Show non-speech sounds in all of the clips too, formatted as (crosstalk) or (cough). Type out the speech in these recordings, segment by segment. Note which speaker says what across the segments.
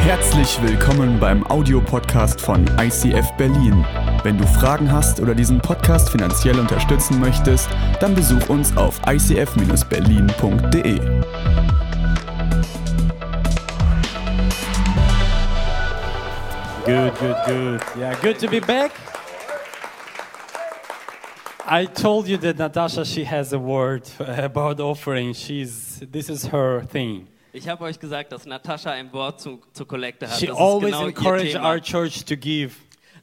Speaker 1: Herzlich willkommen beim Audiopodcast von ICF Berlin. Wenn du Fragen hast oder diesen Podcast finanziell unterstützen möchtest, dann besuch uns auf icf-berlin.de.
Speaker 2: Good, good, good. Yeah, good to be back. I told you that Natasha she has a word about offering. She's this is her thing.
Speaker 3: Ich habe euch gesagt, dass Natascha ein Wort zu, zur Kollekte hat.
Speaker 2: She
Speaker 3: das
Speaker 2: always
Speaker 3: ist genau ihr
Speaker 2: encourages
Speaker 3: Thema.
Speaker 2: our church to give.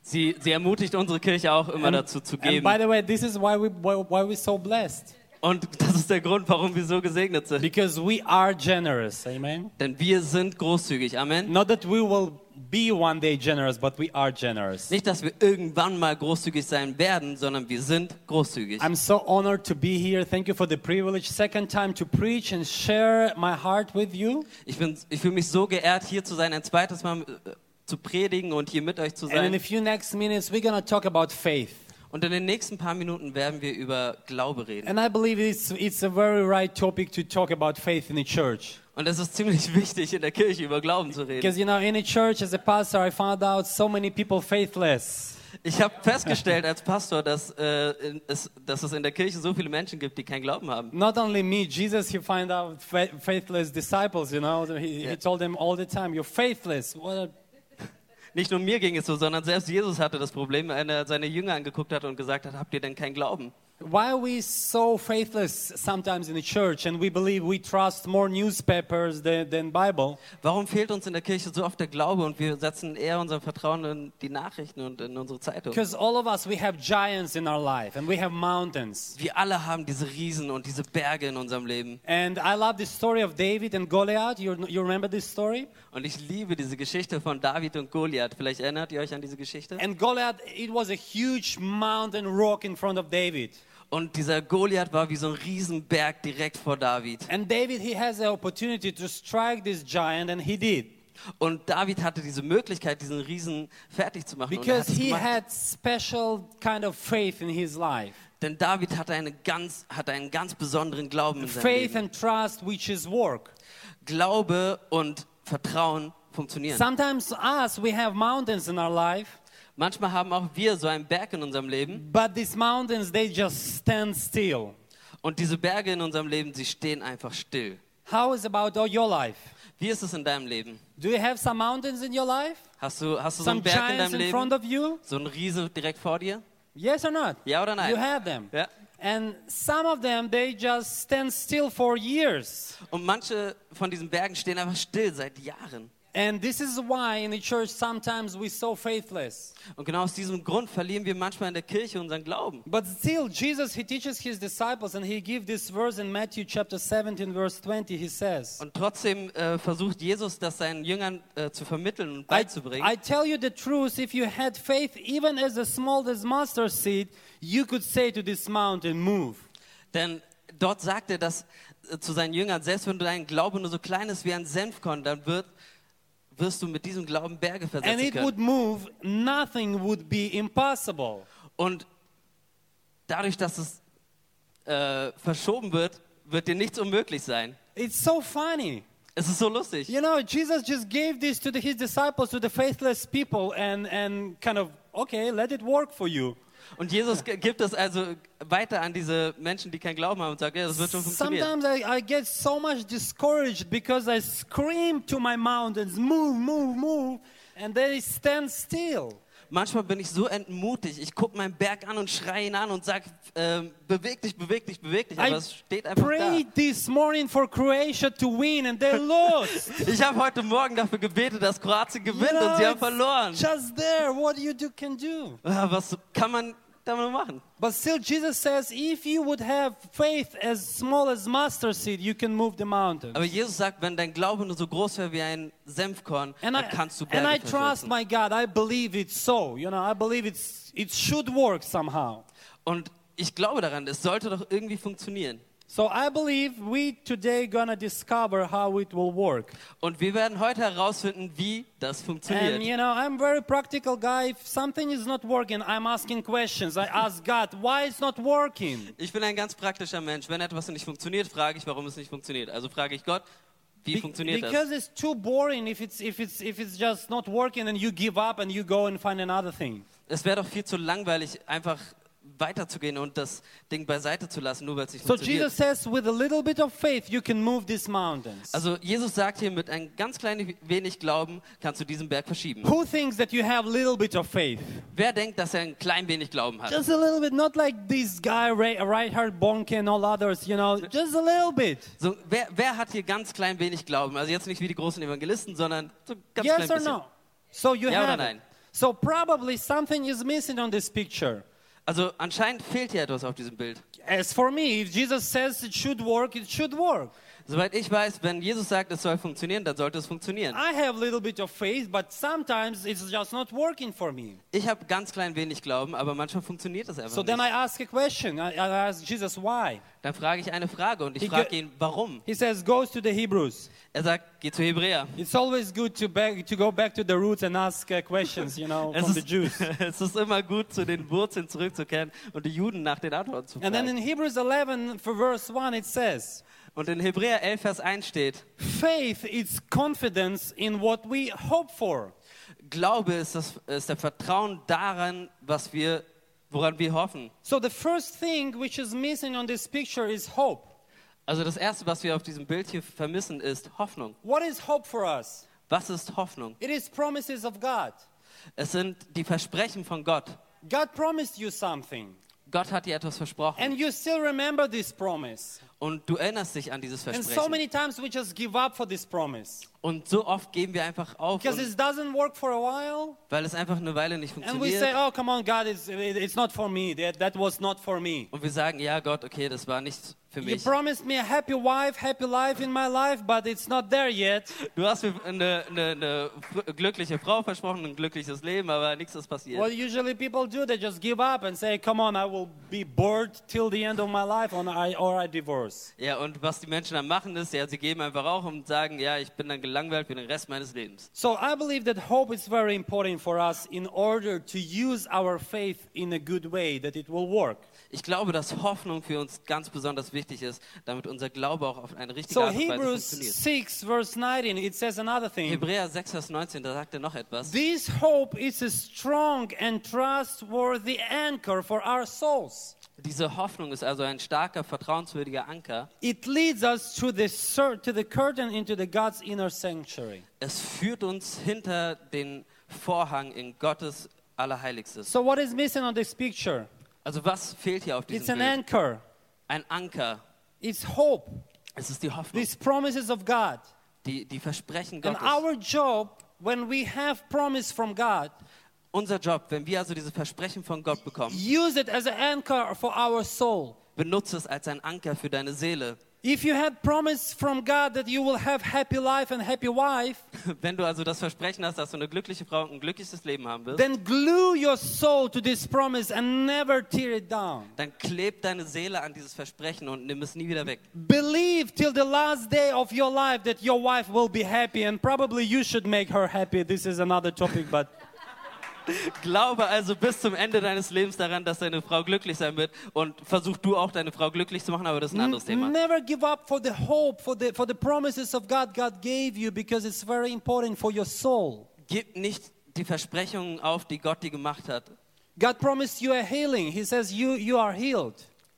Speaker 3: Sie, sie ermutigt unsere Kirche auch immer dazu zu
Speaker 2: And
Speaker 3: geben.
Speaker 2: by the way, this is why we why, why we're so blessed
Speaker 3: Und das ist der Grund, warum wir so gesegnet sind.
Speaker 2: because we are generous. Amen.
Speaker 3: Denn wir sind großzügig. Amen.
Speaker 2: Not that we will be one day generous, but we are generous.
Speaker 3: Nicht, dass wir irgendwann mal großzügig sein werden, sondern wir sind großzügig.
Speaker 2: I'm so honored to be here. Thank you for the privilege. Second time to preach and share my heart with you.
Speaker 3: Ich, bin- ich fühle mich so geehrt, hier zu sein, ein zweites Mal äh, zu predigen und hier mit euch zu
Speaker 2: And in a
Speaker 3: sein.
Speaker 2: few next minutes, we're going to talk about faith.
Speaker 3: Und in den nächsten paar Minuten werden wir über Glaube reden.
Speaker 2: And I believe it's, it's a very right topic to talk about faith in the church.
Speaker 3: Und es ist ziemlich (laughs) wichtig, in der Kirche über Glauben zu reden.
Speaker 2: Because, you know, in a church, as a pastor, I found out so many people faithless.
Speaker 3: Ich habe festgestellt als Pastor, dass, äh, in- es, dass es in der Kirche so viele Menschen gibt, die keinen Glauben haben.
Speaker 2: Not only me, Jesus, he found out fa- faithless disciples, you know. He, he
Speaker 3: Yeah.
Speaker 2: told them all the time, you're faithless. What a-
Speaker 3: Nicht nur mir ging es so, sondern selbst Jesus hatte das Problem, wenn er seine Jünger angeguckt hat und gesagt hat, habt ihr denn keinen Glauben?
Speaker 2: Why are we so faithless sometimes in the church and we believe we trust more newspapers than, than Bible?
Speaker 3: Warum fehlt uns in der Kirche so oft der Glaube und wir setzen eher unser Vertrauen in die Nachrichten und in unsere Zeitung?
Speaker 2: Because all of us, we have giants in our life and we have mountains.
Speaker 3: Wir alle haben diese Riesen und diese Berge in unserem Leben.
Speaker 2: And I love the story of David and Goliath. You, you remember this story?
Speaker 3: Und ich liebe diese Geschichte von David und Goliath. Vielleicht erinnert ihr euch an diese Geschichte?
Speaker 2: And Goliath, it was a huge mountain rock in front of David.
Speaker 3: Und dieser Goliath war wie so ein Riesenberg direkt vor David.
Speaker 2: And David, he has the opportunity to strike this giant, and he did.
Speaker 3: Und David hatte diese Möglichkeit, diesen Riesen fertig zu machen. Und er
Speaker 2: Because
Speaker 3: hat es
Speaker 2: he
Speaker 3: gemacht.
Speaker 2: had special kind of faith in his life.
Speaker 3: Denn David hatte, eine ganz, hatte einen ganz besonderen Glauben in seinem
Speaker 2: Faith
Speaker 3: Leben.
Speaker 2: and trust, which is work.
Speaker 3: Glaube und Vertrauen funktionieren.
Speaker 2: Sometimes us, we have mountains in our life,
Speaker 3: Manchmal haben auch wir so einen Berg in unserem Leben.
Speaker 2: but these mountains, they just stand still.
Speaker 3: Und diese Berge in unserem Leben, sie stehen einfach still.
Speaker 2: How is about all your life?
Speaker 3: Wie ist es in deinem Leben?
Speaker 2: Do you have some mountains in your life?
Speaker 3: Hast du, hast du so
Speaker 2: Some
Speaker 3: einen Berg in
Speaker 2: giants
Speaker 3: deinem
Speaker 2: in front
Speaker 3: Leben?
Speaker 2: of you?
Speaker 3: So einen Riese direkt vor dir?
Speaker 2: Yes or not?
Speaker 3: Ja oder nein?
Speaker 2: You have them.
Speaker 3: Ja.
Speaker 2: And some of them, they just stand still for years.
Speaker 3: Und manche von diesen Bergen stehen einfach still seit Jahren.
Speaker 2: And this is why in the church sometimes we're so faithless.
Speaker 3: Und genau aus diesem Grund verlieren wir manchmal in der Kirche unseren Glauben.
Speaker 2: But still, Jesus, he teaches his disciples and he gives this verse in Matthew chapter 17, verse 20. He says,
Speaker 3: Und trotzdem äh, versucht Jesus, das seinen Jüngern äh, zu vermitteln und
Speaker 2: I,
Speaker 3: beizubringen.
Speaker 2: I tell you the truth, if you had faith even as the smallest mustard seed, you could say to this mountain, move.
Speaker 3: Denn dort sagt er das äh, zu seinen Jüngern, selbst wenn dein Glaube nur so klein ist wie ein Senfkorn, dann wird, wirst du mit diesem Glauben Berge
Speaker 2: And
Speaker 3: versetzen
Speaker 2: it would
Speaker 3: können.
Speaker 2: move, nothing would be impossible.
Speaker 3: Und dadurch, dass es äh, verschoben wird, wird dir nichts unmöglich sein.
Speaker 2: It's so funny.
Speaker 3: Es ist so lustig.
Speaker 2: You know, Jesus just gave this to the, his disciples, to the faithless people, and, and kind of, okay, let it work for you.
Speaker 3: Und Jesus g- gibt es also weiter an diese Menschen, die keinen Glauben haben und sagt, ja, das wird schon funktionieren.
Speaker 2: Sometimes I, I get so much discouraged because I scream to my mountains, move, move, move, and they stand still.
Speaker 3: Manchmal bin ich so entmutigt. Ich gucke meinen Berg an und schreie ihn an und sage, ähm, beweg dich, beweg dich, beweg dich. Aber
Speaker 2: I
Speaker 3: es steht einfach da.
Speaker 2: prayed this morning for Croatia to win, and they lost.
Speaker 3: Ich habe heute Morgen dafür gebetet, dass Kroatien gewinnt
Speaker 2: You know,
Speaker 3: und sie haben
Speaker 2: it's
Speaker 3: verloren.
Speaker 2: Just there, what you do can do.
Speaker 3: Ah, Was kann man damit machen?
Speaker 2: But still, Jesus says, if you would have faith as small as mustard seed, you can move the mountain.
Speaker 3: Aber Jesus sagt, wenn dein Glaube nur so groß wäre wie ein Senfkorn,
Speaker 2: And
Speaker 3: dann
Speaker 2: I,
Speaker 3: kannst du
Speaker 2: and I
Speaker 3: Berge
Speaker 2: trust
Speaker 3: versetzen.
Speaker 2: my God. I believe it's so. You know, I believe it's it should work somehow.
Speaker 3: Und ich glaube daran, es sollte doch irgendwie funktionieren.
Speaker 2: So I believe we today gonna discover how it will work.
Speaker 3: Und wir werden heute herausfinden, wie das
Speaker 2: And
Speaker 3: funktioniert.
Speaker 2: you know, I'm very practical guy. If something is not working, I'm asking questions. I ask God why it's not working.
Speaker 3: Ich bin ein ganz praktischer Mensch. Wenn etwas nicht funktioniert, frage ich, warum es nicht funktioniert. Also frage ich Gott, Wie
Speaker 2: Be-
Speaker 3: funktioniert
Speaker 2: because
Speaker 3: das?
Speaker 2: it's too boring if it's if it's if it's just not working and you give up and you go and find another thing.
Speaker 3: Es wäre doch viel zu langweilig, einfach weiterzugehen und das Ding beiseite zu lassen, nur weil es nicht
Speaker 2: So
Speaker 3: funktioniert.
Speaker 2: Jesus says, with a little bit of faith, you can move these mountains.
Speaker 3: also Jesus sagt hier, mit ein ganz klein wenig Glauben kannst du diesen Berg verschieben.
Speaker 2: Who thinks that you have little bit of faith?
Speaker 3: Wer denkt, dass er ein klein wenig Glauben hat?
Speaker 2: Just a little bit, not like this guy Ray, Reinhard Bonke and all others, you know, just a little bit.
Speaker 3: So, wer, wer hat hier ganz klein wenig Glauben? Also jetzt nicht wie die großen Evangelisten, sondern so ganz
Speaker 2: yes
Speaker 3: klein
Speaker 2: or
Speaker 3: bisschen.
Speaker 2: no? So you
Speaker 3: Ja oder
Speaker 2: have it.
Speaker 3: nein?
Speaker 2: So probably something is missing on this picture.
Speaker 3: Also anscheinend fehlt hier etwas auf diesem Bild.
Speaker 2: As for me, if Jesus says it should work, it should work.
Speaker 3: Soweit ich weiß, wenn Jesus sagt, es soll funktionieren, dann sollte es funktionieren.
Speaker 2: I have a little bit of faith, but sometimes it's just not working for me.
Speaker 3: Ich habe ganz klein wenig Glauben, aber manchmal funktioniert das einfach
Speaker 2: So then
Speaker 3: nicht.
Speaker 2: I ask a question. I, I ask Jesus why.
Speaker 3: Dann frage ich eine Frage und ich
Speaker 2: He
Speaker 3: frage
Speaker 2: go-
Speaker 3: ihn, warum?
Speaker 2: He says, goes to the Hebrews.
Speaker 3: Er sagt, geh zu Hebräer.
Speaker 2: It's always good to, back, to go back to the roots and ask uh, questions, you
Speaker 3: (laughs)
Speaker 2: know,
Speaker 3: Es
Speaker 2: from the
Speaker 3: ist,
Speaker 2: Jews.
Speaker 3: es ist immer gut, zu den Wurzeln zurückzukehren und die Juden nach den Antworten zu
Speaker 2: And then in
Speaker 3: fragen.
Speaker 2: Hebrews 11, for verse 1, it says,
Speaker 3: Und in Hebräer 11, Vers 1 steht,
Speaker 2: Faith is confidence in what we hope for.
Speaker 3: Glaube ist, das, ist der Vertrauen daran, was wir, woran wir hoffen.
Speaker 2: So the first thing which is missing on this picture is hope.
Speaker 3: Also das Erste, was wir auf diesem Bild hier vermissen, ist Hoffnung.
Speaker 2: What is hope for us?
Speaker 3: Was ist Hoffnung?
Speaker 2: It is promises of God.
Speaker 3: Es sind die Versprechen von Gott.
Speaker 2: God promised you something,
Speaker 3: Gott hat dir etwas
Speaker 2: and
Speaker 3: versprochen
Speaker 2: you still remember this promise.
Speaker 3: und du erinnerst dich an dieses
Speaker 2: And so
Speaker 3: Versprechen.
Speaker 2: many times we just give up for this promise
Speaker 3: Und so oft geben wir einfach auf,
Speaker 2: because
Speaker 3: und,
Speaker 2: it doesn't work for a while,
Speaker 3: weil es einfach eine Weile nicht
Speaker 2: and we say,
Speaker 3: funktioniert.
Speaker 2: "Oh, come on, God, it's, it- it's not for me. That, that was not for me."
Speaker 3: Und wir sagen, ja Gott, okay, das war nichts für
Speaker 2: You
Speaker 3: mich.
Speaker 2: promised me a happy wife, happy life in my life, but it's not there yet.
Speaker 3: Du hast mir eine, eine, eine fr- glückliche Frau versprochen, ein glückliches Leben, aber nichts ist
Speaker 2: What
Speaker 3: passiert.
Speaker 2: usually people do, they just give up and say, "Come on, I will be bored till the end of my life, or I, or I divorce."
Speaker 3: Ja, und was die Menschen dann machen ist, ja, sie geben einfach auf und sagen, ja, ich bin dann gelangweilt für den Rest meines Lebens.
Speaker 2: So I believe that hope is very important for us in order to use our faith in a good way, that it will work.
Speaker 3: Ich glaube, dass Hoffnung für uns ganz besonders wichtig ist, damit unser Glaube auch auf eine richtige
Speaker 2: So
Speaker 3: Art und Weise
Speaker 2: Hebrews
Speaker 3: funktioniert.
Speaker 2: 6 verse 19 it says another thing.
Speaker 3: Hebräer 6, Vers 19, da sagt er noch etwas.
Speaker 2: This hope is a strong and trustworthy anchor for our souls.
Speaker 3: Diese Hoffnung ist also ein starker, vertrauenswürdiger Anker.
Speaker 2: It leads us through the cer- to the curtain into the God's inner sanctuary.
Speaker 3: Es führt uns hinter den Vorhang in Gottes Allerheiligstes.
Speaker 2: So what is missing on this picture?
Speaker 3: Also was fehlt hier auf
Speaker 2: It's
Speaker 3: diesem
Speaker 2: an
Speaker 3: Bild?
Speaker 2: anchor.
Speaker 3: Ein Anker.
Speaker 2: It's hope.
Speaker 3: Es ist die Hoffnung,
Speaker 2: These promises of God.
Speaker 3: die, die Versprechen
Speaker 2: And
Speaker 3: Gottes.
Speaker 2: our job when we have promise from God,
Speaker 3: Unser Job, wenn wir also diese Versprechen von Gott bekommen,
Speaker 2: use it as an anchor for our soul.
Speaker 3: benutze es als ein Anker für deine Seele. (laughs)
Speaker 2: If you had promise from God that you will have happy life and happy wife,
Speaker 3: Wenn du also das Versprechen hast, dass du eine glückliche Frau und ein glückliches Leben haben wirst,
Speaker 2: then glue your soul to this promise and never tear it down.
Speaker 3: dann kleb deine Seele an dieses Versprechen und nimm es nie wieder weg.
Speaker 2: Believe till the last day of your life that your wife will be happy and probably you should make her happy. This is another topic, but
Speaker 3: Glaube also bis zum Ende deines Lebens daran, dass deine Frau glücklich sein wird und versuch du auch deine Frau glücklich zu machen, aber das ist ein
Speaker 2: Mm,
Speaker 3: anderes Thema.
Speaker 2: never give up for the hope, for the, for the promises of God God gave you because it's very important for your soul.
Speaker 3: Gib nicht die Versprechungen auf, die Gott dir gemacht hat.
Speaker 2: God promised you a healing. He says you, you are healed.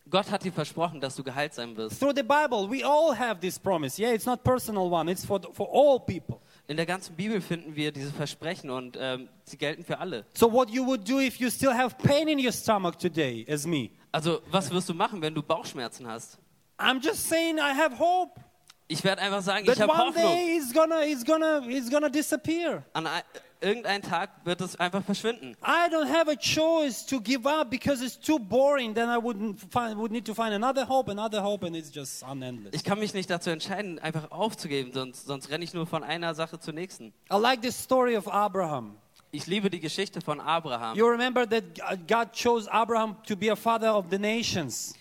Speaker 3: Gott hat dir versprochen, dass du geheilt sein wirst.
Speaker 2: Through the Bible, we all have this promise. Yeah, it's not personal one. It's for, for all people.
Speaker 3: In der ganzen Bibel finden wir diese Versprechen und ähm, sie gelten für alle.
Speaker 2: So what you would do if you still have pain in your stomach today, as me?
Speaker 3: Also was wirst du machen, wenn du Bauchschmerzen hast?
Speaker 2: I'm just saying I have hope
Speaker 3: Ich werde einfach sagen,
Speaker 2: that
Speaker 3: ich habe
Speaker 2: one
Speaker 3: Hoffnung.
Speaker 2: day it's gonna, it's gonna, it's gonna disappear.
Speaker 3: An ein, irgendeinem Tag wird es einfach verschwinden.
Speaker 2: I don't have a choice to give up because it's too boring. Then I wouldn't find, would need to find another hope, another hope, and it's just unendless.
Speaker 3: Ich kann mich nicht dazu entscheiden, einfach aufzugeben, sonst, sonst renne ich nur von einer Sache zur nächsten.
Speaker 2: I like the story of Abraham.
Speaker 3: Ich liebe die Geschichte von Abraham.
Speaker 2: You remember that uh, God chose Abraham to be a father of the nations.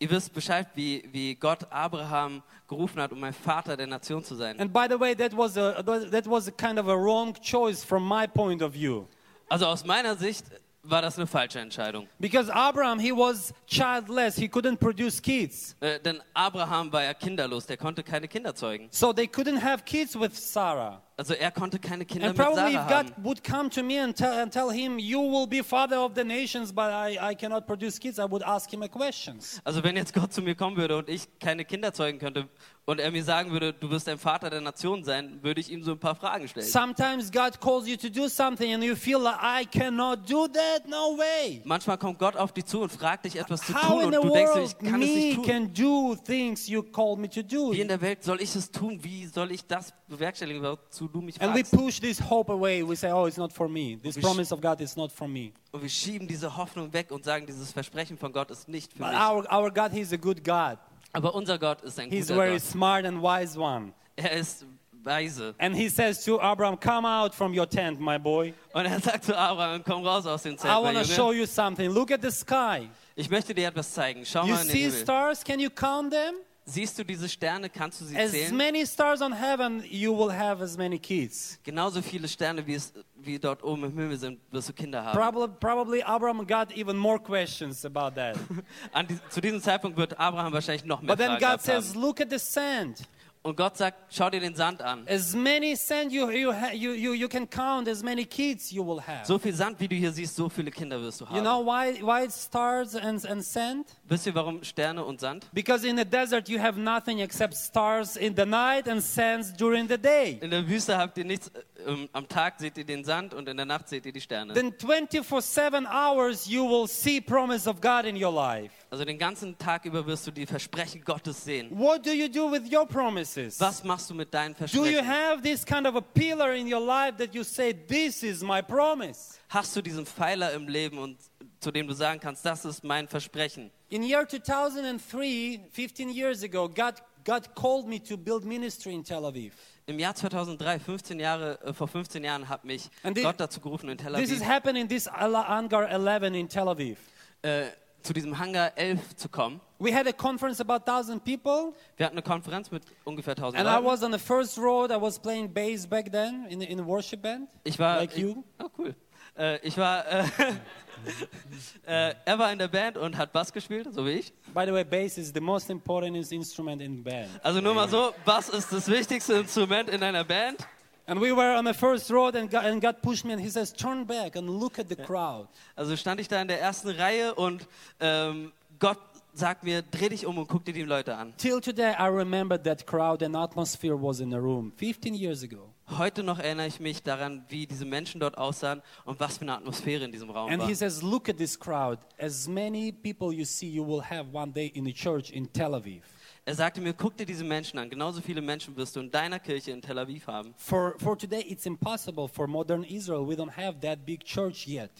Speaker 3: Ihr wisst Bescheid, wie, wie Gott Abraham gerufen hat, um ein Vater der Nation zu sein.
Speaker 2: And by the way, that was a that was a kind of a wrong choice from my point of view.
Speaker 3: Also aus meiner Sicht war das eine falsche Entscheidung.
Speaker 2: Because Abraham, he was childless, he couldn't produce kids.
Speaker 3: Äh, denn Abraham war ja kinderlos, der konnte keine Kinder zeugen.
Speaker 2: So they couldn't have kids with Sarah.
Speaker 3: Also er konnte keine Kinder
Speaker 2: And
Speaker 3: mit
Speaker 2: probably if
Speaker 3: Sarah
Speaker 2: God
Speaker 3: haben.
Speaker 2: would come to me and tell, and tell him, You will be father of the nations, but I, I cannot produce kids, I would ask him a question.
Speaker 3: Also wenn jetzt Gott zu mir kommen würde und ich keine Kinder zeugen könnte und er mir sagen würde, du wirst ein Vater der Nation sein, würde ich ihm so ein paar Fragen stellen.
Speaker 2: Sometimes God calls you to do something and you feel like, I cannot do that, no way.
Speaker 3: Manchmal kommt Gott auf dich zu und fragt dich etwas zu
Speaker 2: How
Speaker 3: tun
Speaker 2: in
Speaker 3: und
Speaker 2: the
Speaker 3: du denkst,
Speaker 2: world
Speaker 3: dir, ich kann es
Speaker 2: me
Speaker 3: nicht tun.
Speaker 2: can do things you called me to
Speaker 3: Wie in
Speaker 2: do?
Speaker 3: der Welt soll ich es tun? Wie soll ich das bewerkstelligen, wozu du mich
Speaker 2: And we
Speaker 3: fragst?
Speaker 2: push this hope away. We say, oh, it's not for me. This
Speaker 3: We sh-
Speaker 2: promise of God is not for me.
Speaker 3: Und wir schieben diese Hoffnung weg und sagen, dieses Versprechen von Gott ist nicht für
Speaker 2: But
Speaker 3: mich.
Speaker 2: our, our God, He's a good God.
Speaker 3: Aber unser Gott ist ein
Speaker 2: He's
Speaker 3: guter
Speaker 2: very
Speaker 3: Gott.
Speaker 2: smart and wise one.
Speaker 3: Er ist weise.
Speaker 2: And He says to Abraham, Come out from your tent, my boy.
Speaker 3: Und er sagt zu Abraham, komm raus aus dem Zelt,
Speaker 2: I
Speaker 3: mein
Speaker 2: want to
Speaker 3: Junge.
Speaker 2: show you something. Look at the sky.
Speaker 3: Ich möchte dir etwas zeigen. Schau
Speaker 2: You
Speaker 3: mal in den
Speaker 2: see
Speaker 3: Himmel.
Speaker 2: stars? Can you count them?
Speaker 3: Siehst du diese Sterne? Kannst du sie
Speaker 2: As
Speaker 3: zählen?
Speaker 2: many stars on heaven, you will have as many kids.
Speaker 3: Genauso viele Sterne, wie, es, wie dort oben im Himmel sind, wirst du Kinder haben.
Speaker 2: Probably, probably Abraham got even more questions about that.
Speaker 3: An die, zu diesem Zeitpunkt wird Abraham wahrscheinlich noch mehr
Speaker 2: But then
Speaker 3: Fragen
Speaker 2: God
Speaker 3: gehabt
Speaker 2: says,
Speaker 3: haben.
Speaker 2: Look at the sand.
Speaker 3: Und Gott sagt, schau dir den Sand an.
Speaker 2: As many sand you, you, ha- you, you, you can count, as many kids you will have.
Speaker 3: So viel Sand, wie du hier siehst, so viele Kinder wirst du haben.
Speaker 2: you know why, why it's stars and, and sand?
Speaker 3: Wisst ihr, warum Sterne und Sand?
Speaker 2: Because in the desert you have nothing except stars in the night and sands during the day.
Speaker 3: In der Wüste habt ihr nichts. äh, Ähm, am Tag seht ihr den Sand und in der Nacht seht ihr die Sterne.
Speaker 2: Then 24/7 hours you will see promise of God in your life.
Speaker 3: Also den ganzen Tag über wirst du die Versprechen Gottes sehen.
Speaker 2: What do you do with your promises?
Speaker 3: Was machst du mit deinen
Speaker 2: Do you
Speaker 3: Versprechen?
Speaker 2: have this kind of a pillar in your life that you say this is my promise?
Speaker 3: Hast du diesen Pfeiler im Leben und zu dem du sagen kannst, das ist mein Versprechen?
Speaker 2: In year 2003, 15 years ago, God God called me to build ministry in Tel Aviv.
Speaker 3: Im Jahr 2003, 15 Jahre, äh, vor 15 Jahren, hat mich
Speaker 2: And the-
Speaker 3: Gott dazu gerufen, in Tel
Speaker 2: This is
Speaker 3: Aviv
Speaker 2: happening this Ala- Angar 11 in Tel Aviv.
Speaker 3: äh, zu diesem Hangar 11 zu kommen.
Speaker 2: We had a conference about 1000 people
Speaker 3: Wir hatten eine Konferenz mit ungefähr 1000
Speaker 2: and I
Speaker 3: Leuten.
Speaker 2: was on the first road. I was playing bass back then in in a worship band.
Speaker 3: Ich war.
Speaker 2: like
Speaker 3: ich,
Speaker 2: you.
Speaker 3: Oh, cool. Äh, ich war. Äh, (laughs) äh, er war in der Band und hat Bass gespielt, so wie ich.
Speaker 2: By the way, bass is the most important is- instrument in band.
Speaker 3: Also nur mal so: Bass ist das wichtigste Instrument in einer Band.
Speaker 2: And we were on the first road, and God, and God pushed me, and He says, "Turn back and look at the crowd."
Speaker 3: Also stand ich da in der ersten Reihe und ähm, Gott sagt mir: Dreh dich um und guck dir die Leute an.
Speaker 2: Till today, I remember that crowd and atmosphere was in the room 15 years ago.
Speaker 3: Heute noch erinnere ich mich daran, wie diese Menschen dort aussahen und was für eine Atmosphäre in diesem Raum
Speaker 2: And
Speaker 3: war.
Speaker 2: He says, "Look at this crowd. As many people you see, you will have one day in the church in Tel Aviv.
Speaker 3: Er sagte mir: Guck dir diese Menschen an. Genauso viele Menschen wirst du in deiner Kirche in Tel Aviv haben.
Speaker 2: For for today, it's impossible for modern Israel. We don't have that big church yet."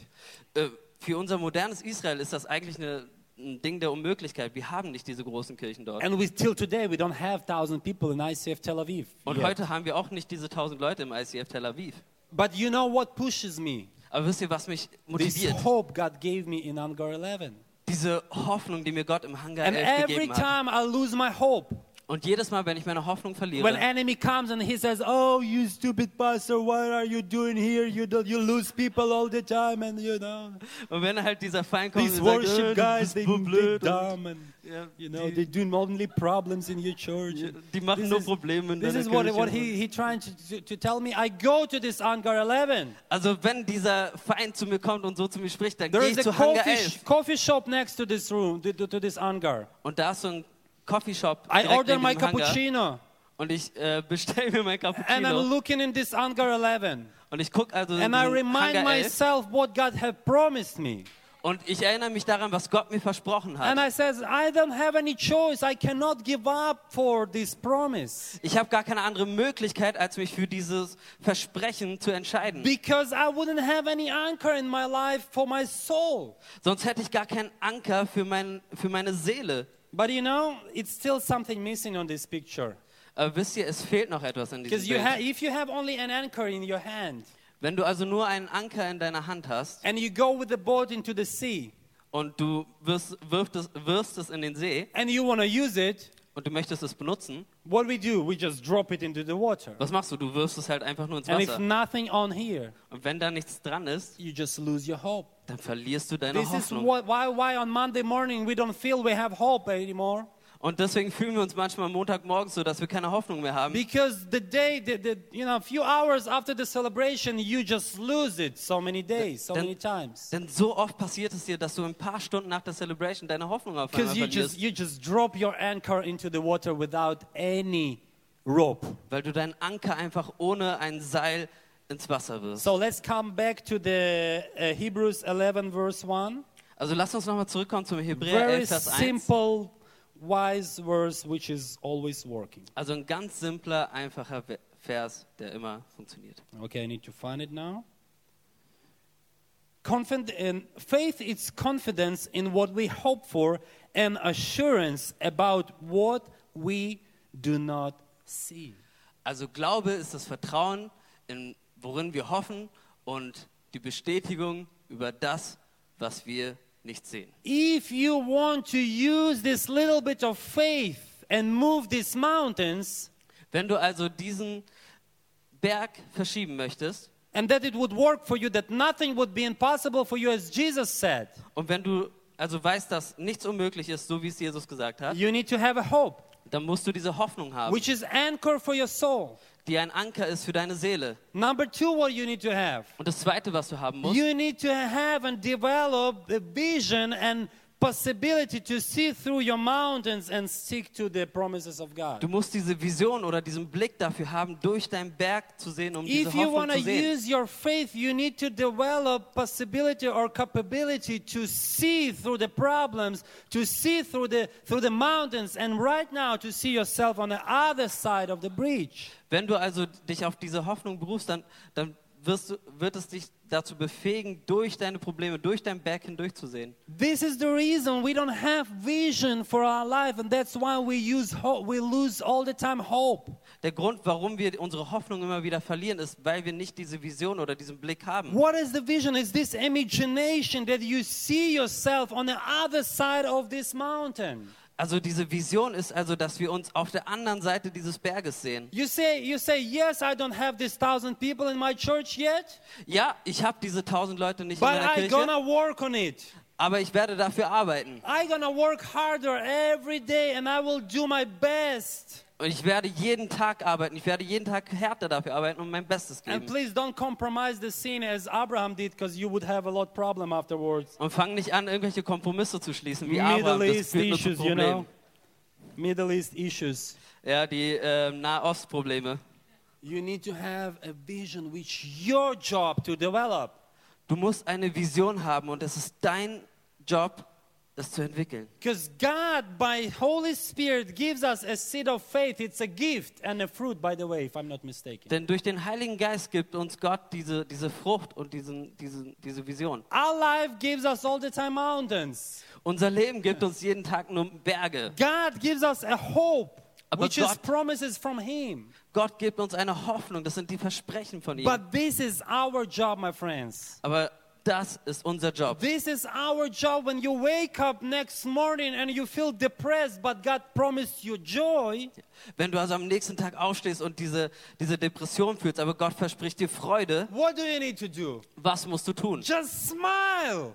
Speaker 3: Äh, für unser modernes Israel ist das eigentlich eine, ein Ding der Unmöglichkeit. Wir haben nicht diese großen Kirchen dort.
Speaker 2: And we, till today, we don't have thousand people in ICF Tel Aviv.
Speaker 3: Und
Speaker 2: yet.
Speaker 3: heute haben wir auch nicht diese 1000 Leute im ICF Tel Aviv.
Speaker 2: But you know what pushes me?
Speaker 3: Aber wisst ihr, was mich
Speaker 2: This
Speaker 3: motiviert?
Speaker 2: hope God gave me in Angar 11.
Speaker 3: Diese Hoffnung, die mir Gott im Hangar
Speaker 2: And
Speaker 3: 11
Speaker 2: every
Speaker 3: gegeben hat.
Speaker 2: time I lose my hope,
Speaker 3: Und jedes Mal, wenn ich meine Hoffnung
Speaker 2: when
Speaker 3: verliere,
Speaker 2: enemy comes and he says, "Oh, you stupid pastor, what are you doing here? You don't, you lose people all the time, and you know
Speaker 3: und wenn halt dieser Feind kommt
Speaker 2: these
Speaker 3: und sagt, äh,
Speaker 2: worship
Speaker 3: du
Speaker 2: guys,
Speaker 3: bist
Speaker 2: they,
Speaker 3: so
Speaker 2: they
Speaker 3: blöd und,
Speaker 2: dumb, and
Speaker 3: ja,
Speaker 2: you know they
Speaker 3: die,
Speaker 2: do only problems in your church."
Speaker 3: die machen
Speaker 2: This
Speaker 3: nur
Speaker 2: is-
Speaker 3: Probleme in
Speaker 2: This
Speaker 3: deiner
Speaker 2: is what,
Speaker 3: Kirche.
Speaker 2: what he, he trying to, to, to tell me. I go to this Angar 11.
Speaker 3: also wenn dieser Feind zu mir kommt und so zu mir spricht, dann
Speaker 2: There
Speaker 3: gehe ich
Speaker 2: is a
Speaker 3: zu Hangar
Speaker 2: coffee, sh-
Speaker 3: 11
Speaker 2: coffee shop next to this room, to, to, to this Angar.
Speaker 3: und da ist so ein Coffeeshop
Speaker 2: I
Speaker 3: direkt
Speaker 2: order
Speaker 3: neben
Speaker 2: my
Speaker 3: dem Hangar.
Speaker 2: cappuccino.
Speaker 3: Und ich äh, (laughs) bestelle mir mein
Speaker 2: And I'm
Speaker 3: Cappuccino
Speaker 2: looking in this Angar 11.
Speaker 3: und ich gucke also in
Speaker 2: And I
Speaker 3: diesen
Speaker 2: remind
Speaker 3: Mm-hmm. Hangar 11
Speaker 2: myself what God had promised me.
Speaker 3: und ich erinnere mich daran, was Gott mir versprochen
Speaker 2: And
Speaker 3: hat.
Speaker 2: I says, I don't have any choice. I cannot give up for this promise.
Speaker 3: Ich habe gar keine andere Möglichkeit, als mich für dieses Versprechen zu entscheiden.
Speaker 2: Because I wouldn't have any anchor in my life for my soul.
Speaker 3: Sonst hätte ich gar keinen Anker für, mein, für meine Seele.
Speaker 2: But you know, it's still something missing on this picture.
Speaker 3: Aber wisst ihr, es fehlt noch etwas in diesem
Speaker 2: Because you ha-
Speaker 3: Bild.
Speaker 2: if you have only an anchor in your hand
Speaker 3: Wenn du also nur einen Anker in deiner Hand hast
Speaker 2: and you go with the boat into the sea
Speaker 3: und du wirst, wirft es, wirfst es in den See
Speaker 2: and you want to use it,
Speaker 3: und du möchtest es benutzen,
Speaker 2: what we do? We just drop it into the water.
Speaker 3: was machst du? Du wirfst es halt einfach nur ins
Speaker 2: And if
Speaker 3: Wasser.
Speaker 2: nothing on here,
Speaker 3: Und wenn da nichts dran ist,
Speaker 2: you just lose your hope.
Speaker 3: dann verlierst du deine
Speaker 2: This is
Speaker 3: Hoffnung.
Speaker 2: what, why, why on Monday morning we don't feel we have hope anymore.
Speaker 3: Und deswegen fühlen wir uns manchmal Montagmorgens so, dass wir keine Hoffnung mehr haben.
Speaker 2: Because the day, the, the, you know, a few hours after the celebration, you just lose it so many days, so
Speaker 3: Then-
Speaker 2: many times.
Speaker 3: Denn so oft passiert es dir, dass du ein paar Stunden nach der Celebration deine Hoffnung auf einmal
Speaker 2: Because you just,
Speaker 3: verlierst,
Speaker 2: you just drop your anchor into the water without any rope.
Speaker 3: weil du deinen Anker einfach ohne ein Seil ins Wasser wirst.
Speaker 2: So let's come back to the uh, Hebrews 11, verse 1.
Speaker 3: Also lass uns nochmal zurückkommen zum Hebräer
Speaker 2: Very
Speaker 3: 11, Vers 1.
Speaker 2: simple, wise verse which is always working.
Speaker 3: Also ein ganz simpler, einfacher Ve- Vers, der immer funktioniert.
Speaker 2: Okay, I need to find it now. Confid- and faith is confidence in what we hope for and assurance about what we do not see.
Speaker 3: Also Glaube ist das Vertrauen, in, worin wir hoffen und die Bestätigung über das, was wir nicht sehen.
Speaker 2: If you want to use this little bit of faith and move these mountains,
Speaker 3: Wenn du also diesen Berg verschieben möchtest
Speaker 2: and that it would work for you, that nothing would be impossible for you, as Jesus said,
Speaker 3: und wenn du also weißt, dass nichts unmöglich ist, so wie es Jesus gesagt hat,
Speaker 2: you need to have a hope.
Speaker 3: dann musst du diese Hoffnung haben,
Speaker 2: which is anchor for your soul.
Speaker 3: die ein Anker ist für deine Seele.
Speaker 2: Number two, what you need to have.
Speaker 3: Und das Zweite, was du haben musst,
Speaker 2: You need to have and develop the vision and possibility to see through your mountains and stick to the promises of
Speaker 3: du
Speaker 2: God.
Speaker 3: musst diese Vision oder diesen Blick dafür haben, durch deinen Berg zu sehen, um diese
Speaker 2: If you
Speaker 3: Hoffnung
Speaker 2: want
Speaker 3: zu
Speaker 2: to
Speaker 3: sehen.
Speaker 2: use your faith, you need to develop possibility or capability to see through the problems, to see through the through the mountains, and right now to see yourself on the other side of the bridge.
Speaker 3: Wenn du also dich auf diese Hoffnung berufst, dann, dann wirst du, wird es dich dazu befähigen, durch deine Probleme, durch deinen Berg hindurchzusehen.
Speaker 2: This is the reason we don't have vision for our life, and that's why we use ho- we lose all the time hope.
Speaker 3: Der Grund, warum wir unsere Hoffnung immer wieder verlieren, ist, weil wir nicht diese Vision oder diesen Blick haben.
Speaker 2: What is the vision? Is this imagination that you see yourself on the other side of this mountain?
Speaker 3: Also diese Vision ist also, dass wir uns auf der anderen Seite dieses Berges sehen.
Speaker 2: You say you say yes, I don't have this thousand people in my church yet,
Speaker 3: Ja, ich habe diese tausend Leute nicht in
Speaker 2: but
Speaker 3: meiner
Speaker 2: I
Speaker 3: Kirche,
Speaker 2: gonna work on it.
Speaker 3: aber ich werde dafür arbeiten.
Speaker 2: I gonna work harder every day, and I will do my best.
Speaker 3: Und ich werde jeden Tag arbeiten. Ich werde jeden Tag härter dafür arbeiten und mein Bestes
Speaker 2: And
Speaker 3: geben.
Speaker 2: please don't compromise the scene as Abraham did, because you would have a lot problem afterwards.
Speaker 3: Und fang nicht an, irgendwelche Kompromisse zu schließen wie Abraham.
Speaker 2: Middle
Speaker 3: Das
Speaker 2: East
Speaker 3: führt nur zu
Speaker 2: issues, you
Speaker 3: Problemen.
Speaker 2: know. Middle East issues.
Speaker 3: Ja, die äh, Nahostprobleme.
Speaker 2: You need to have a vision which your job to develop.
Speaker 3: Du musst eine Vision haben und es ist dein Job, das zu entwickeln.
Speaker 2: Because God, by Holy Spirit, gives us a seed of faith. It's a gift and a fruit, by the way, if I'm not mistaken.
Speaker 3: Denn durch den Heiligen Geist gibt uns Gott diese, diese Frucht und diesen, diesen, diese Vision.
Speaker 2: Our life gives us all the time mountains.
Speaker 3: Unser Leben gibt uns jeden Tag nur Berge.
Speaker 2: God gives us a hope,
Speaker 3: But
Speaker 2: which is
Speaker 3: God-
Speaker 2: promises from Him.
Speaker 3: Gott gibt uns eine Hoffnung. Das sind die Versprechen von ihm.
Speaker 2: But this is our job, my friends.
Speaker 3: Aber das ist unser Job.
Speaker 2: This is our job when you wake up next morning and you feel depressed, but God promised you joy.
Speaker 3: Wenn du also am nächsten Tag aufstehst und diese, diese Depression fühlst, aber Gott verspricht dir Freude,
Speaker 2: What do you need to do?
Speaker 3: was musst du tun? (laughs)
Speaker 2: Just smile.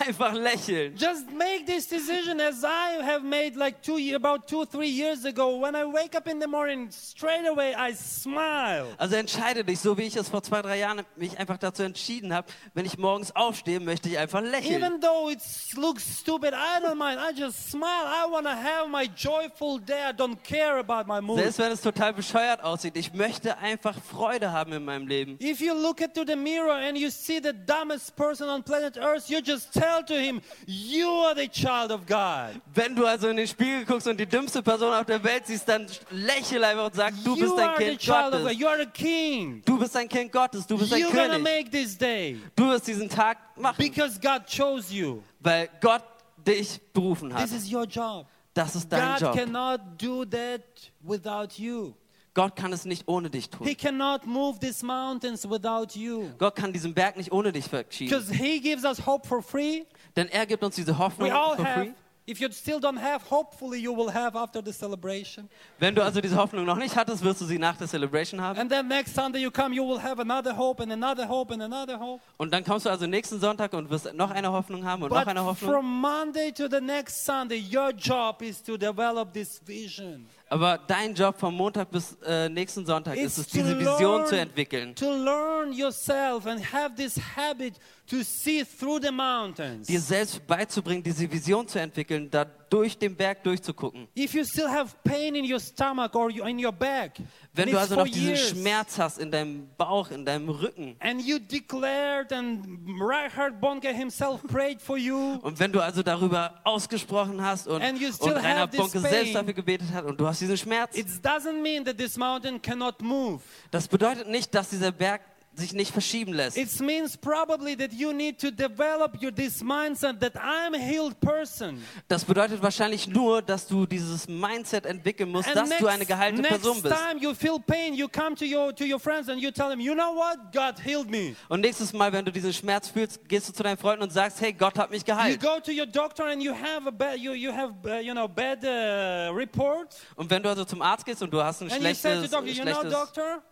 Speaker 3: Einfach lächeln.
Speaker 2: Just make this decision as I have made like two, ye- about two, three years ago. When I wake up in the morning, straight away I smile.
Speaker 3: Also entscheide dich, so wie ich es vor zwei, drei Jahren mich einfach dazu entschieden habe, wenn ich morgens aufstehe, möchte ich einfach lächeln.
Speaker 2: Even though it looks stupid, I don't mind. I just smile. I want to have my joyful day. I don't care about my mood.
Speaker 3: Selbst wenn es total bescheuert aussieht, ich möchte einfach Freude haben in meinem Leben.
Speaker 2: If you look into the mirror and you see the dumbest person on planet Earth, you just tell to him, You are the child of God.
Speaker 3: Wenn du also in den Spiegel guckst und die dümmste Person auf der Welt siehst, dann lächel einfach und sag, du
Speaker 2: you
Speaker 3: bist ein
Speaker 2: are the
Speaker 3: Kind
Speaker 2: child of God.
Speaker 3: Gottes.
Speaker 2: You are a king.
Speaker 3: Du bist ein Kind Gottes, du bist ein
Speaker 2: You're gonna
Speaker 3: König.
Speaker 2: make this day
Speaker 3: Du wirst diesen Tag machen,
Speaker 2: because God chose you.
Speaker 3: weil Gott dich berufen hat.
Speaker 2: This is your job.
Speaker 3: Das ist dein
Speaker 2: God
Speaker 3: Job.
Speaker 2: cannot do that without you.
Speaker 3: Gott kann es nicht ohne dich
Speaker 2: He
Speaker 3: tun.
Speaker 2: cannot move these mountains without you.
Speaker 3: Gott kann diesen Berg nicht ohne dich verschieben.
Speaker 2: Because He gives us hope for free.
Speaker 3: Denn er gibt uns diese Hoffnung
Speaker 2: We all
Speaker 3: for free.
Speaker 2: have If you still don't have, hopefully you will have after the celebration.
Speaker 3: Wenn du also diese Hoffnung noch nicht hattest, wirst du sie nach der Celebration haben.
Speaker 2: And then next Sunday you come, you will have another hope and another hope and another hope.
Speaker 3: Und dann kommst du also nächsten Sonntag und wirst noch eine Hoffnung haben und noch eine
Speaker 2: But
Speaker 3: Hoffnung.
Speaker 2: from Monday to the next Sunday, your job is to develop this vision.
Speaker 3: Aber dein Job vom Montag bis äh, nächsten Sonntag ist es,
Speaker 2: to
Speaker 3: diese Vision zu
Speaker 2: learn-
Speaker 3: entwickeln.
Speaker 2: To learn yourself and have this habit to see through the mountains.
Speaker 3: Dir selbst beizubringen, diese Vision zu entwickeln, da durch den Berg durchzugucken.
Speaker 2: If you still have pain in your stomach or you- in your back, and
Speaker 3: Wenn du
Speaker 2: it's
Speaker 3: also
Speaker 2: for
Speaker 3: noch diesen
Speaker 2: years,
Speaker 3: Schmerz hast in deinem Bauch, in deinem Rücken.
Speaker 2: and you declared and Reinhard Bonke himself prayed for you,
Speaker 3: Und wenn du also darüber ausgesprochen hast und,
Speaker 2: And you
Speaker 3: und
Speaker 2: still
Speaker 3: Rainer
Speaker 2: have this
Speaker 3: Bonke selbst
Speaker 2: pain.
Speaker 3: dafür gebetet hat und du hast diesen Schmerz,
Speaker 2: it doesn't mean that this mountain cannot move.
Speaker 3: das bedeutet nicht, dass dieser Berg sich nicht verschieben lässt.
Speaker 2: It means probably that you need to develop your this mindset that I'm a healed person.
Speaker 3: Das bedeutet wahrscheinlich nur, dass du dieses Mindset entwickeln musst,
Speaker 2: And
Speaker 3: dass
Speaker 2: next,
Speaker 3: du eine geheilte
Speaker 2: next
Speaker 3: Person bist.
Speaker 2: time you feel pain, you come to your to your friends and you tell them, you know what, God healed me.
Speaker 3: Und nächstes Mal, wenn du diesen Schmerz fühlst, gehst du zu deinen Freunden und sagst, hey, Gott hat mich
Speaker 2: You
Speaker 3: geheilt.
Speaker 2: go to your doctor and you have a bad, you you have uh, you know bad uh, report,
Speaker 3: Und wenn du also zum Arzt gehst und du hast ein
Speaker 2: and you say to
Speaker 3: schlechtes,
Speaker 2: the doctor, you know,
Speaker 3: schlechtes
Speaker 2: doctor,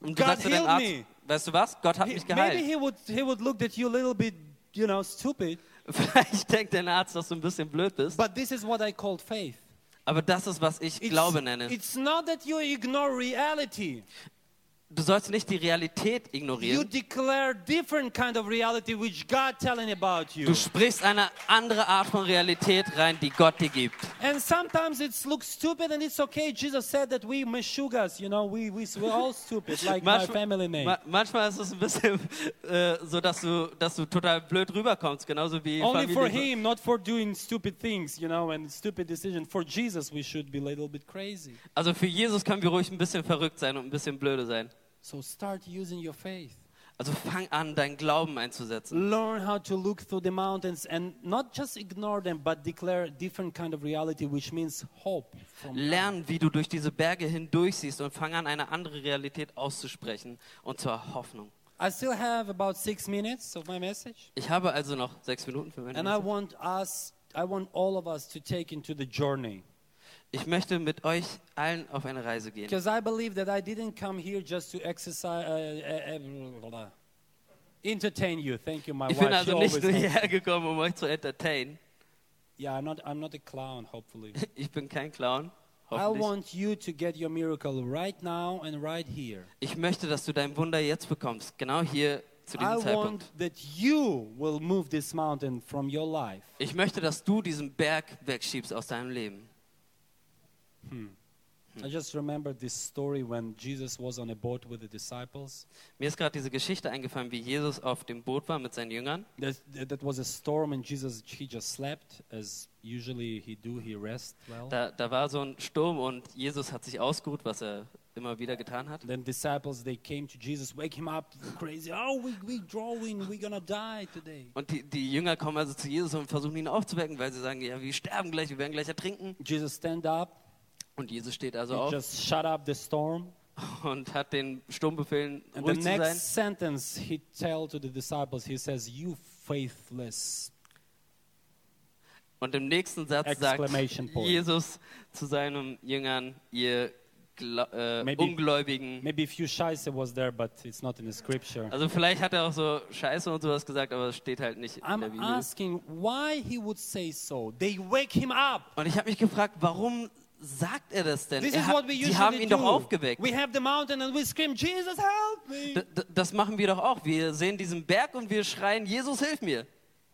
Speaker 3: und du
Speaker 2: God
Speaker 3: sagst zu deinem
Speaker 2: healed
Speaker 3: Arzt,
Speaker 2: me.
Speaker 3: weißt du was, Gott hat
Speaker 2: he-
Speaker 3: mich
Speaker 2: maybe
Speaker 3: geheilt.
Speaker 2: he would he would look at you a little bit, you know, stupid.
Speaker 3: (laughs) Vielleicht denkt dein Arzt, dass du ein bisschen blöd bist,
Speaker 2: But this is what I called faith.
Speaker 3: aber das ist, was ich
Speaker 2: It's-
Speaker 3: Glaube nenne.
Speaker 2: it's not that you ignore reality.
Speaker 3: Du sollst nicht die Realität
Speaker 2: You
Speaker 3: ignorieren.
Speaker 2: declare different kind of reality which God telling about you.
Speaker 3: Du sprichst eine andere Art von Realität rein, die Gott dir gibt.
Speaker 2: And sometimes it looks stupid and it's okay. Jesus said that we meshugas, you know, we, we, we're all
Speaker 3: (laughs)
Speaker 2: stupid, like my
Speaker 3: Manchmal-
Speaker 2: family name.
Speaker 3: ma- manchmal ist es ein bisschen (laughs) äh, so, dass du, dass du total blöd rüberkommst, genauso wie
Speaker 2: Only for
Speaker 3: Familie.
Speaker 2: him, not for doing stupid things, you know, and stupid decision. For Jesus, we should be a little bit crazy.
Speaker 3: Also für Jesus können wir ruhig ein bisschen verrückt sein und ein bisschen blöde sein.
Speaker 2: So start using your faith.
Speaker 3: Also fang an, deinen Glauben einzusetzen.
Speaker 2: Learn how to look through the mountains and not just ignore them, but declare a different kind of reality, which means hope. From
Speaker 3: Lern, wie du durch diese Berge hindurch siehst und fang an, eine andere Realität auszusprechen, und zwar Hoffnung.
Speaker 2: I still have about six minutes of my message.
Speaker 3: Ich habe also noch sechs Minuten für meine
Speaker 2: And I
Speaker 3: Messe.
Speaker 2: want us, I want all of us to take into the journey.
Speaker 3: Ich möchte mit euch allen auf eine Reise gehen.
Speaker 2: Because I believe that I didn't come here just to exercise, uh, uh, uh, entertain you. Thank you, my
Speaker 3: Ich bin
Speaker 2: wife. She
Speaker 3: also nicht
Speaker 2: always
Speaker 3: nur
Speaker 2: helps.
Speaker 3: hierher gekommen, um euch zu entertainen.
Speaker 2: Yeah, I'm not, I'm not a clown, hopefully.
Speaker 3: Ich bin kein Clown.
Speaker 2: I
Speaker 3: Hoffentlich.
Speaker 2: want you to get your miracle right now and right here.
Speaker 3: Ich möchte, dass du dein Wunder jetzt bekommst. Genau hier zu
Speaker 2: I
Speaker 3: diesem
Speaker 2: want
Speaker 3: Zeitpunkt.
Speaker 2: that you will move this mountain from your life.
Speaker 3: Ich möchte, dass du diesen Berg wegschiebst aus deinem Leben.
Speaker 2: I just remembered this story when Jesus was on a boat with the disciples.
Speaker 3: Mir ist gerade diese Geschichte eingefallen, wie Jesus auf dem Boot war mit seinen Jüngern.
Speaker 2: There's, th- that was a storm and Jesus he just slept as usually he do he rest well.
Speaker 3: Da, da war so ein Sturm und Jesus hat sich ausgeruht, was er immer wieder getan hat.
Speaker 2: then disciples they came to Jesus, wake him up, crazy. Oh, we we drawing, we're gonna die today.
Speaker 3: Und die, die Jünger kommen also zu Jesus und versuchen ihn aufzuwecken, weil sie sagen, ja, wir sterben gleich, wir werden gleich ertrinken.
Speaker 2: Jesus stand up,
Speaker 3: Und Jesus steht also
Speaker 2: he
Speaker 3: auf
Speaker 2: just shut up the storm.
Speaker 3: und hat den Sturmbefehlen,
Speaker 2: And the
Speaker 3: ruhig zu
Speaker 2: next
Speaker 3: sein.
Speaker 2: sentence he tell to the disciples, he says, "You faithless."
Speaker 3: Und im nächsten Satz sagt
Speaker 2: Exclamation point.
Speaker 3: Jesus zu seinen Jüngern, ihr Gla äh,
Speaker 2: Maybe-
Speaker 3: Ungläubigen.
Speaker 2: Maybe a few scheiße was there, but it's not in the scripture.
Speaker 3: Also vielleicht hat er auch so Scheiße und sowas gesagt, aber es steht halt nicht in
Speaker 2: I'm
Speaker 3: der Bibel.
Speaker 2: asking why he would say so. They wake him up.
Speaker 3: Und ich habe mich gefragt, warum sagt er das denn?
Speaker 2: This
Speaker 3: Er
Speaker 2: is
Speaker 3: hat,
Speaker 2: what we
Speaker 3: die
Speaker 2: usually
Speaker 3: haben ihn
Speaker 2: do.
Speaker 3: doch aufgeweckt.
Speaker 2: We have the mountain and we scream, Jesus, help me.
Speaker 3: D d- das machen wir doch auch. Wir sehen diesen Berg und wir schreien, Jesus, hilf mir.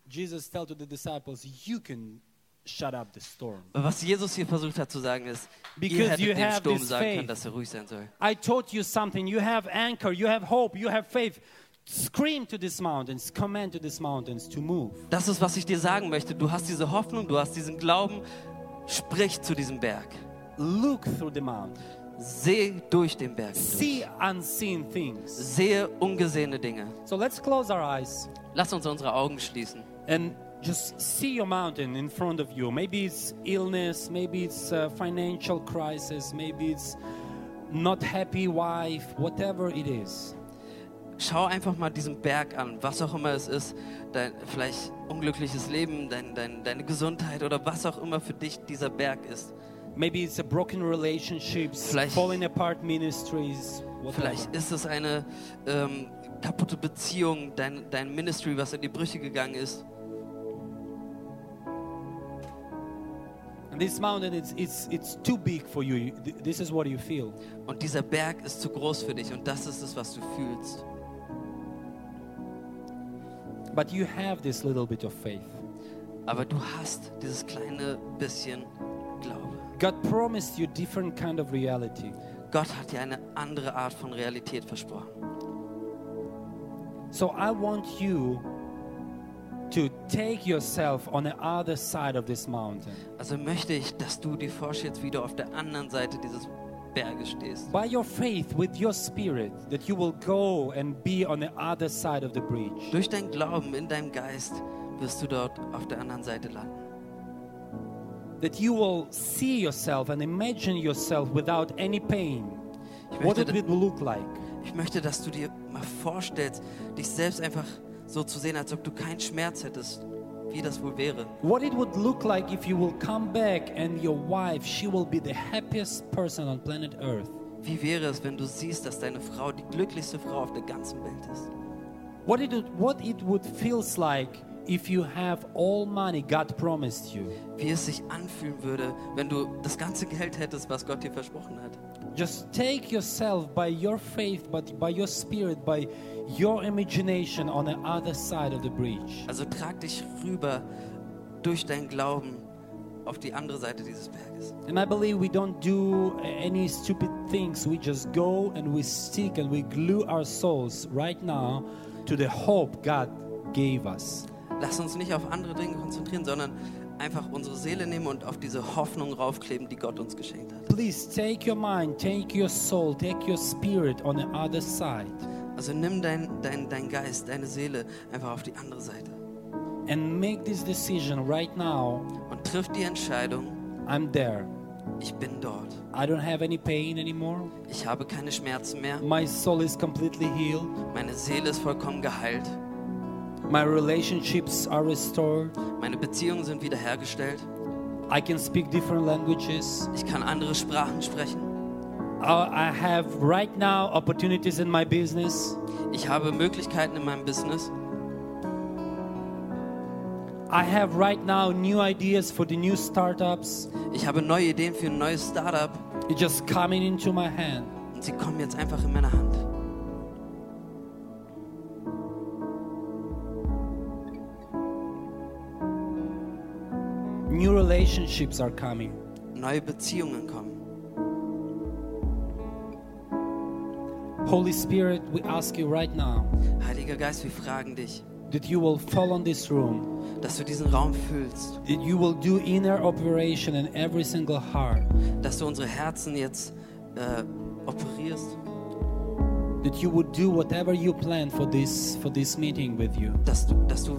Speaker 2: Jesus tell to the disciples, you can shut up the storm.
Speaker 3: Aber was Jesus hier versucht hat zu sagen ist,
Speaker 2: Because
Speaker 3: ihr hättet
Speaker 2: you
Speaker 3: dem
Speaker 2: have
Speaker 3: Sturm
Speaker 2: this
Speaker 3: sagen
Speaker 2: faith.
Speaker 3: können, dass er ruhig sein soll.
Speaker 2: I taught you something. You have anchor, you have hope, you have faith. Scream to these mountains, command to these mountains to move.
Speaker 3: Das ist, was ich dir sagen möchte. Du hast diese Hoffnung, du hast diesen Glauben. Sprich zu diesem Berg.
Speaker 2: Look through the mountain.
Speaker 3: Seh durch den Berg. hindurch.
Speaker 2: See unseen things.
Speaker 3: Sehe ungesehene Dinge.
Speaker 2: So let's close our eyes
Speaker 3: Lass uns unsere Augen schließen.
Speaker 2: and just see your mountain in front of you. Maybe it's illness, maybe it's uh financial crisis, maybe it's not happy wife, whatever it is.
Speaker 3: Schau einfach mal diesen Berg an, was auch immer es ist, dein vielleicht unglückliches Leben, dein, dein, deine Gesundheit oder was auch immer für dich dieser Berg ist.
Speaker 2: Maybe it's a broken relationships,
Speaker 3: Vielleicht-
Speaker 2: falling apart ministries, whatever.
Speaker 3: Vielleicht ist es eine ähm, kaputte Beziehung, dein, dein Ministry, was in die Brüche gegangen ist.
Speaker 2: And this mountain, it's, it's, it's too big for you. You- th- This is what you feel.
Speaker 3: Und dieser Berg ist zu groß für dich und das ist es, was du fühlst.
Speaker 2: But you have this little bit of faith.
Speaker 3: Aber du hast dieses kleine bisschen Glaube.
Speaker 2: God promised you different kind of reality.
Speaker 3: Gott hat dir eine andere Art von Realität versprochen.
Speaker 2: So I want you to take yourself on the other side of this mountain.
Speaker 3: Also möchte ich, dass du dir vorstellst, wie du auf der anderen Seite dieses Berges stehst.
Speaker 2: By your faith, with your spirit, that you will go and be on the other side of the bridge.
Speaker 3: Durch deinen Glauben in deinem Geist wirst du dort auf der anderen Seite landen.
Speaker 2: That you will see yourself and imagine yourself without any pain.
Speaker 3: Ich
Speaker 2: What
Speaker 3: möchte,
Speaker 2: it
Speaker 3: da-
Speaker 2: will look like.
Speaker 3: ich möchte, dass du dir mal vorstellst, dich selbst einfach so zu sehen, als ob du keinen Schmerz hättest, wie das wohl wäre.
Speaker 2: What it would look like if you will come back and your wife, she will be the happiest person on planet Earth.
Speaker 3: Wie wäre es, wenn du siehst, dass deine Frau die glücklichste Frau auf der ganzen Welt ist?
Speaker 2: What it would- what it would feels like if you have all money God promised you.
Speaker 3: Wie es sich anfühlen würde, wenn du das ganze Geld hättest, was Gott dir versprochen hat.
Speaker 2: Just take yourself by your faith, but by your spirit, by your imagination on the other side of the bridge.
Speaker 3: Also trag dich rüber durch deinen Glauben auf die andere Seite dieses Berges.
Speaker 2: And I believe we don't do any stupid things. We just go and we stick and we glue our souls right now to the hope God gave us.
Speaker 3: Lass uns nicht auf andere Dinge konzentrieren, sondern einfach unsere Seele nehmen und auf diese Hoffnung raufkleben, die Gott uns geschenkt hat.
Speaker 2: Please take your mind, take your soul, take your spirit on the other side
Speaker 3: Also nimm deinen dein, dein Geist, deine Seele einfach auf die andere Seite
Speaker 2: and make this decision right now.
Speaker 3: und triff die Entscheidung,
Speaker 2: I'm there.
Speaker 3: ich bin dort.
Speaker 2: I don't have any pain anymore.
Speaker 3: Ich habe keine Schmerzen mehr.
Speaker 2: My soul is completely healed.
Speaker 3: Meine Seele ist vollkommen geheilt.
Speaker 2: My relationships are restored.
Speaker 3: Meine Beziehungen sind wiederhergestellt.
Speaker 2: I can speak different languages.
Speaker 3: Ich kann andere Sprachen sprechen.
Speaker 2: Uh, I have right now opportunities in my business.
Speaker 3: Ich habe Möglichkeiten in meinem Business.
Speaker 2: I have right now new ideas for the new startups.
Speaker 3: Ich habe neue Ideen für ein neues Startup
Speaker 2: It's just coming into my hand.
Speaker 3: und sie kommen jetzt einfach in meine Hand.
Speaker 2: New relationships are coming.
Speaker 3: Neue Beziehungen kommen.
Speaker 2: Holy Spirit, we ask you right now.
Speaker 3: Heiliger Geist, wir fragen dich,
Speaker 2: that you will fall on this room,
Speaker 3: dass du diesen Raum füllst,
Speaker 2: that you will do inner operation in every single heart,
Speaker 3: dass du unsere Herzen jetzt äh, operierst,
Speaker 2: that you would do whatever you plan for this for this meeting with you.
Speaker 3: dass du, dass du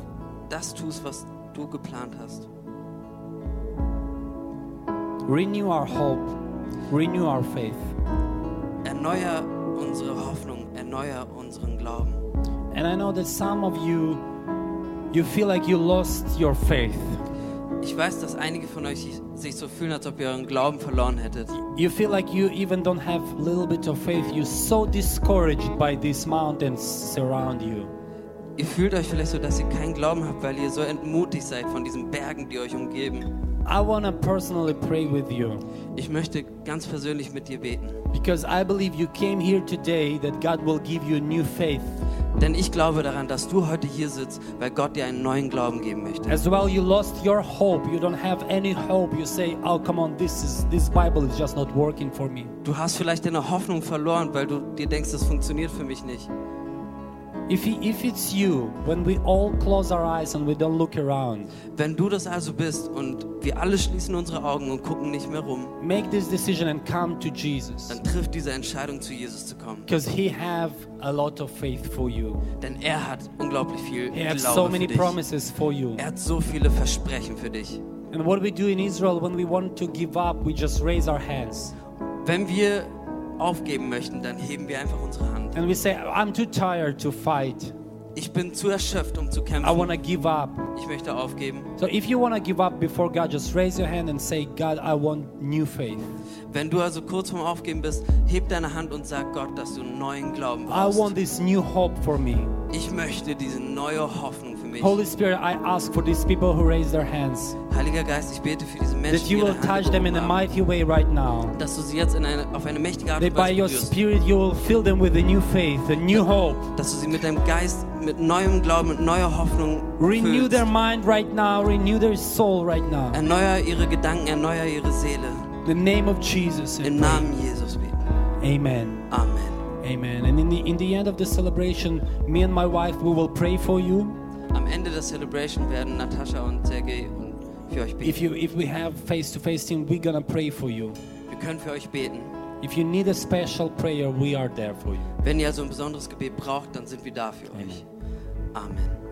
Speaker 3: das tust, was du geplant hast.
Speaker 2: Renew our hope, renew our faith.
Speaker 3: Erneuer unsere Hoffnung, erneuer unseren Glauben.
Speaker 2: And I know that some of you you feel like you lost your faith.
Speaker 3: Ich weiß, dass einige von euch sich- sich so fühlen, als ob ihr euren Glauben verloren hättet.
Speaker 2: You feel like you even don't have a little bit of faith. You're so discouraged by these mountains surround you.
Speaker 3: Ihr fühlt euch vielleicht so, dass ihr keinen Glauben habt, weil ihr so entmutigt seid von diesen Bergen, die euch umgeben.
Speaker 2: I want to personally pray with you.
Speaker 3: Ich möchte ganz persönlich mit dir beten.
Speaker 2: Because I believe you came here today that God will give you new faith.
Speaker 3: Denn ich glaube daran, dass du heute hier sitzt, weil Gott dir einen neuen Glauben geben möchte.
Speaker 2: As well, you lost your hope. You don't have any hope. You say, "Oh, come on, this is this Bible is just not working for me."
Speaker 3: Du hast vielleicht deine Hoffnung verloren, weil du dir denkst, das funktioniert für mich nicht.
Speaker 2: If he, if it's you, when we all close our eyes and we don't look around,
Speaker 3: Wenn du das also bist und wir alle schließen unsere Augen und gucken nicht mehr rum,
Speaker 2: make this decision and come to Jesus,
Speaker 3: dann trifft diese Entscheidung, zu Jesus zu kommen.
Speaker 2: because He have a lot of faith for you.
Speaker 3: Denn er hat unglaublich viel
Speaker 2: He has
Speaker 3: Glaube
Speaker 2: so
Speaker 3: für
Speaker 2: many
Speaker 3: dich.
Speaker 2: promises for you.
Speaker 3: Er hat so viele Versprechen für dich.
Speaker 2: And what we do in Israel when we want to give up, we just raise our hands.
Speaker 3: Wenn wir aufgeben möchten, dann heben wir einfach unsere Hand.
Speaker 2: and we say, I'm too tired to fight.
Speaker 3: Ich bin zu erschöpft, um zu
Speaker 2: I want to
Speaker 3: kämpfen.
Speaker 2: give up.
Speaker 3: Ich möchte aufgeben.
Speaker 2: So if you want to give up before God, just raise your hand and say, God, I want new faith.
Speaker 3: Wenn du also kurz vorm Aufgeben bist, heb deine Hand und sag Gott, dass du einen neuen Glauben
Speaker 2: I want
Speaker 3: brauchst.
Speaker 2: this new hope for me.
Speaker 3: Ich möchte diese neue Hoffnung für mich.
Speaker 2: Holy Spirit, I ask for these people who raise their hands
Speaker 3: Heiliger Geist, ich bete für diese Menschen,
Speaker 2: that
Speaker 3: die
Speaker 2: you will
Speaker 3: ihre
Speaker 2: touch
Speaker 3: Hand
Speaker 2: them in a
Speaker 3: gehoben haben,
Speaker 2: mighty way right now.
Speaker 3: dass du sie jetzt in eine, auf eine mächtige Art
Speaker 2: That
Speaker 3: und
Speaker 2: by
Speaker 3: Weise
Speaker 2: your
Speaker 3: berührst.
Speaker 2: Spirit, you will fill them with a new faith, a new hope.
Speaker 3: Dass du sie mit deinem Geist, mit neuem Glauben und neuer Hoffnung
Speaker 2: Renew
Speaker 3: füllst.
Speaker 2: their mind right now, renew their soul right now.
Speaker 3: Erneuer ihre Gedanken, erneuer ihre Seele.
Speaker 2: In the name of Jesus. I
Speaker 3: Im
Speaker 2: pray.
Speaker 3: Namen Jesus beten.
Speaker 2: Amen.
Speaker 3: Amen.
Speaker 2: Amen. And in the, in the end of the celebration, me and my wife, we will pray for you.
Speaker 3: Am Ende der Celebration werden Natascha und Sergei und für euch
Speaker 2: If
Speaker 3: beten.
Speaker 2: you if we have face to face team, we're gonna pray for you.
Speaker 3: Wir können für euch beten.
Speaker 2: If you need a special prayer, we are there for you.
Speaker 3: Wenn ihr also ein besonderes Gebet braucht, dann sind wir da für euch. Amen.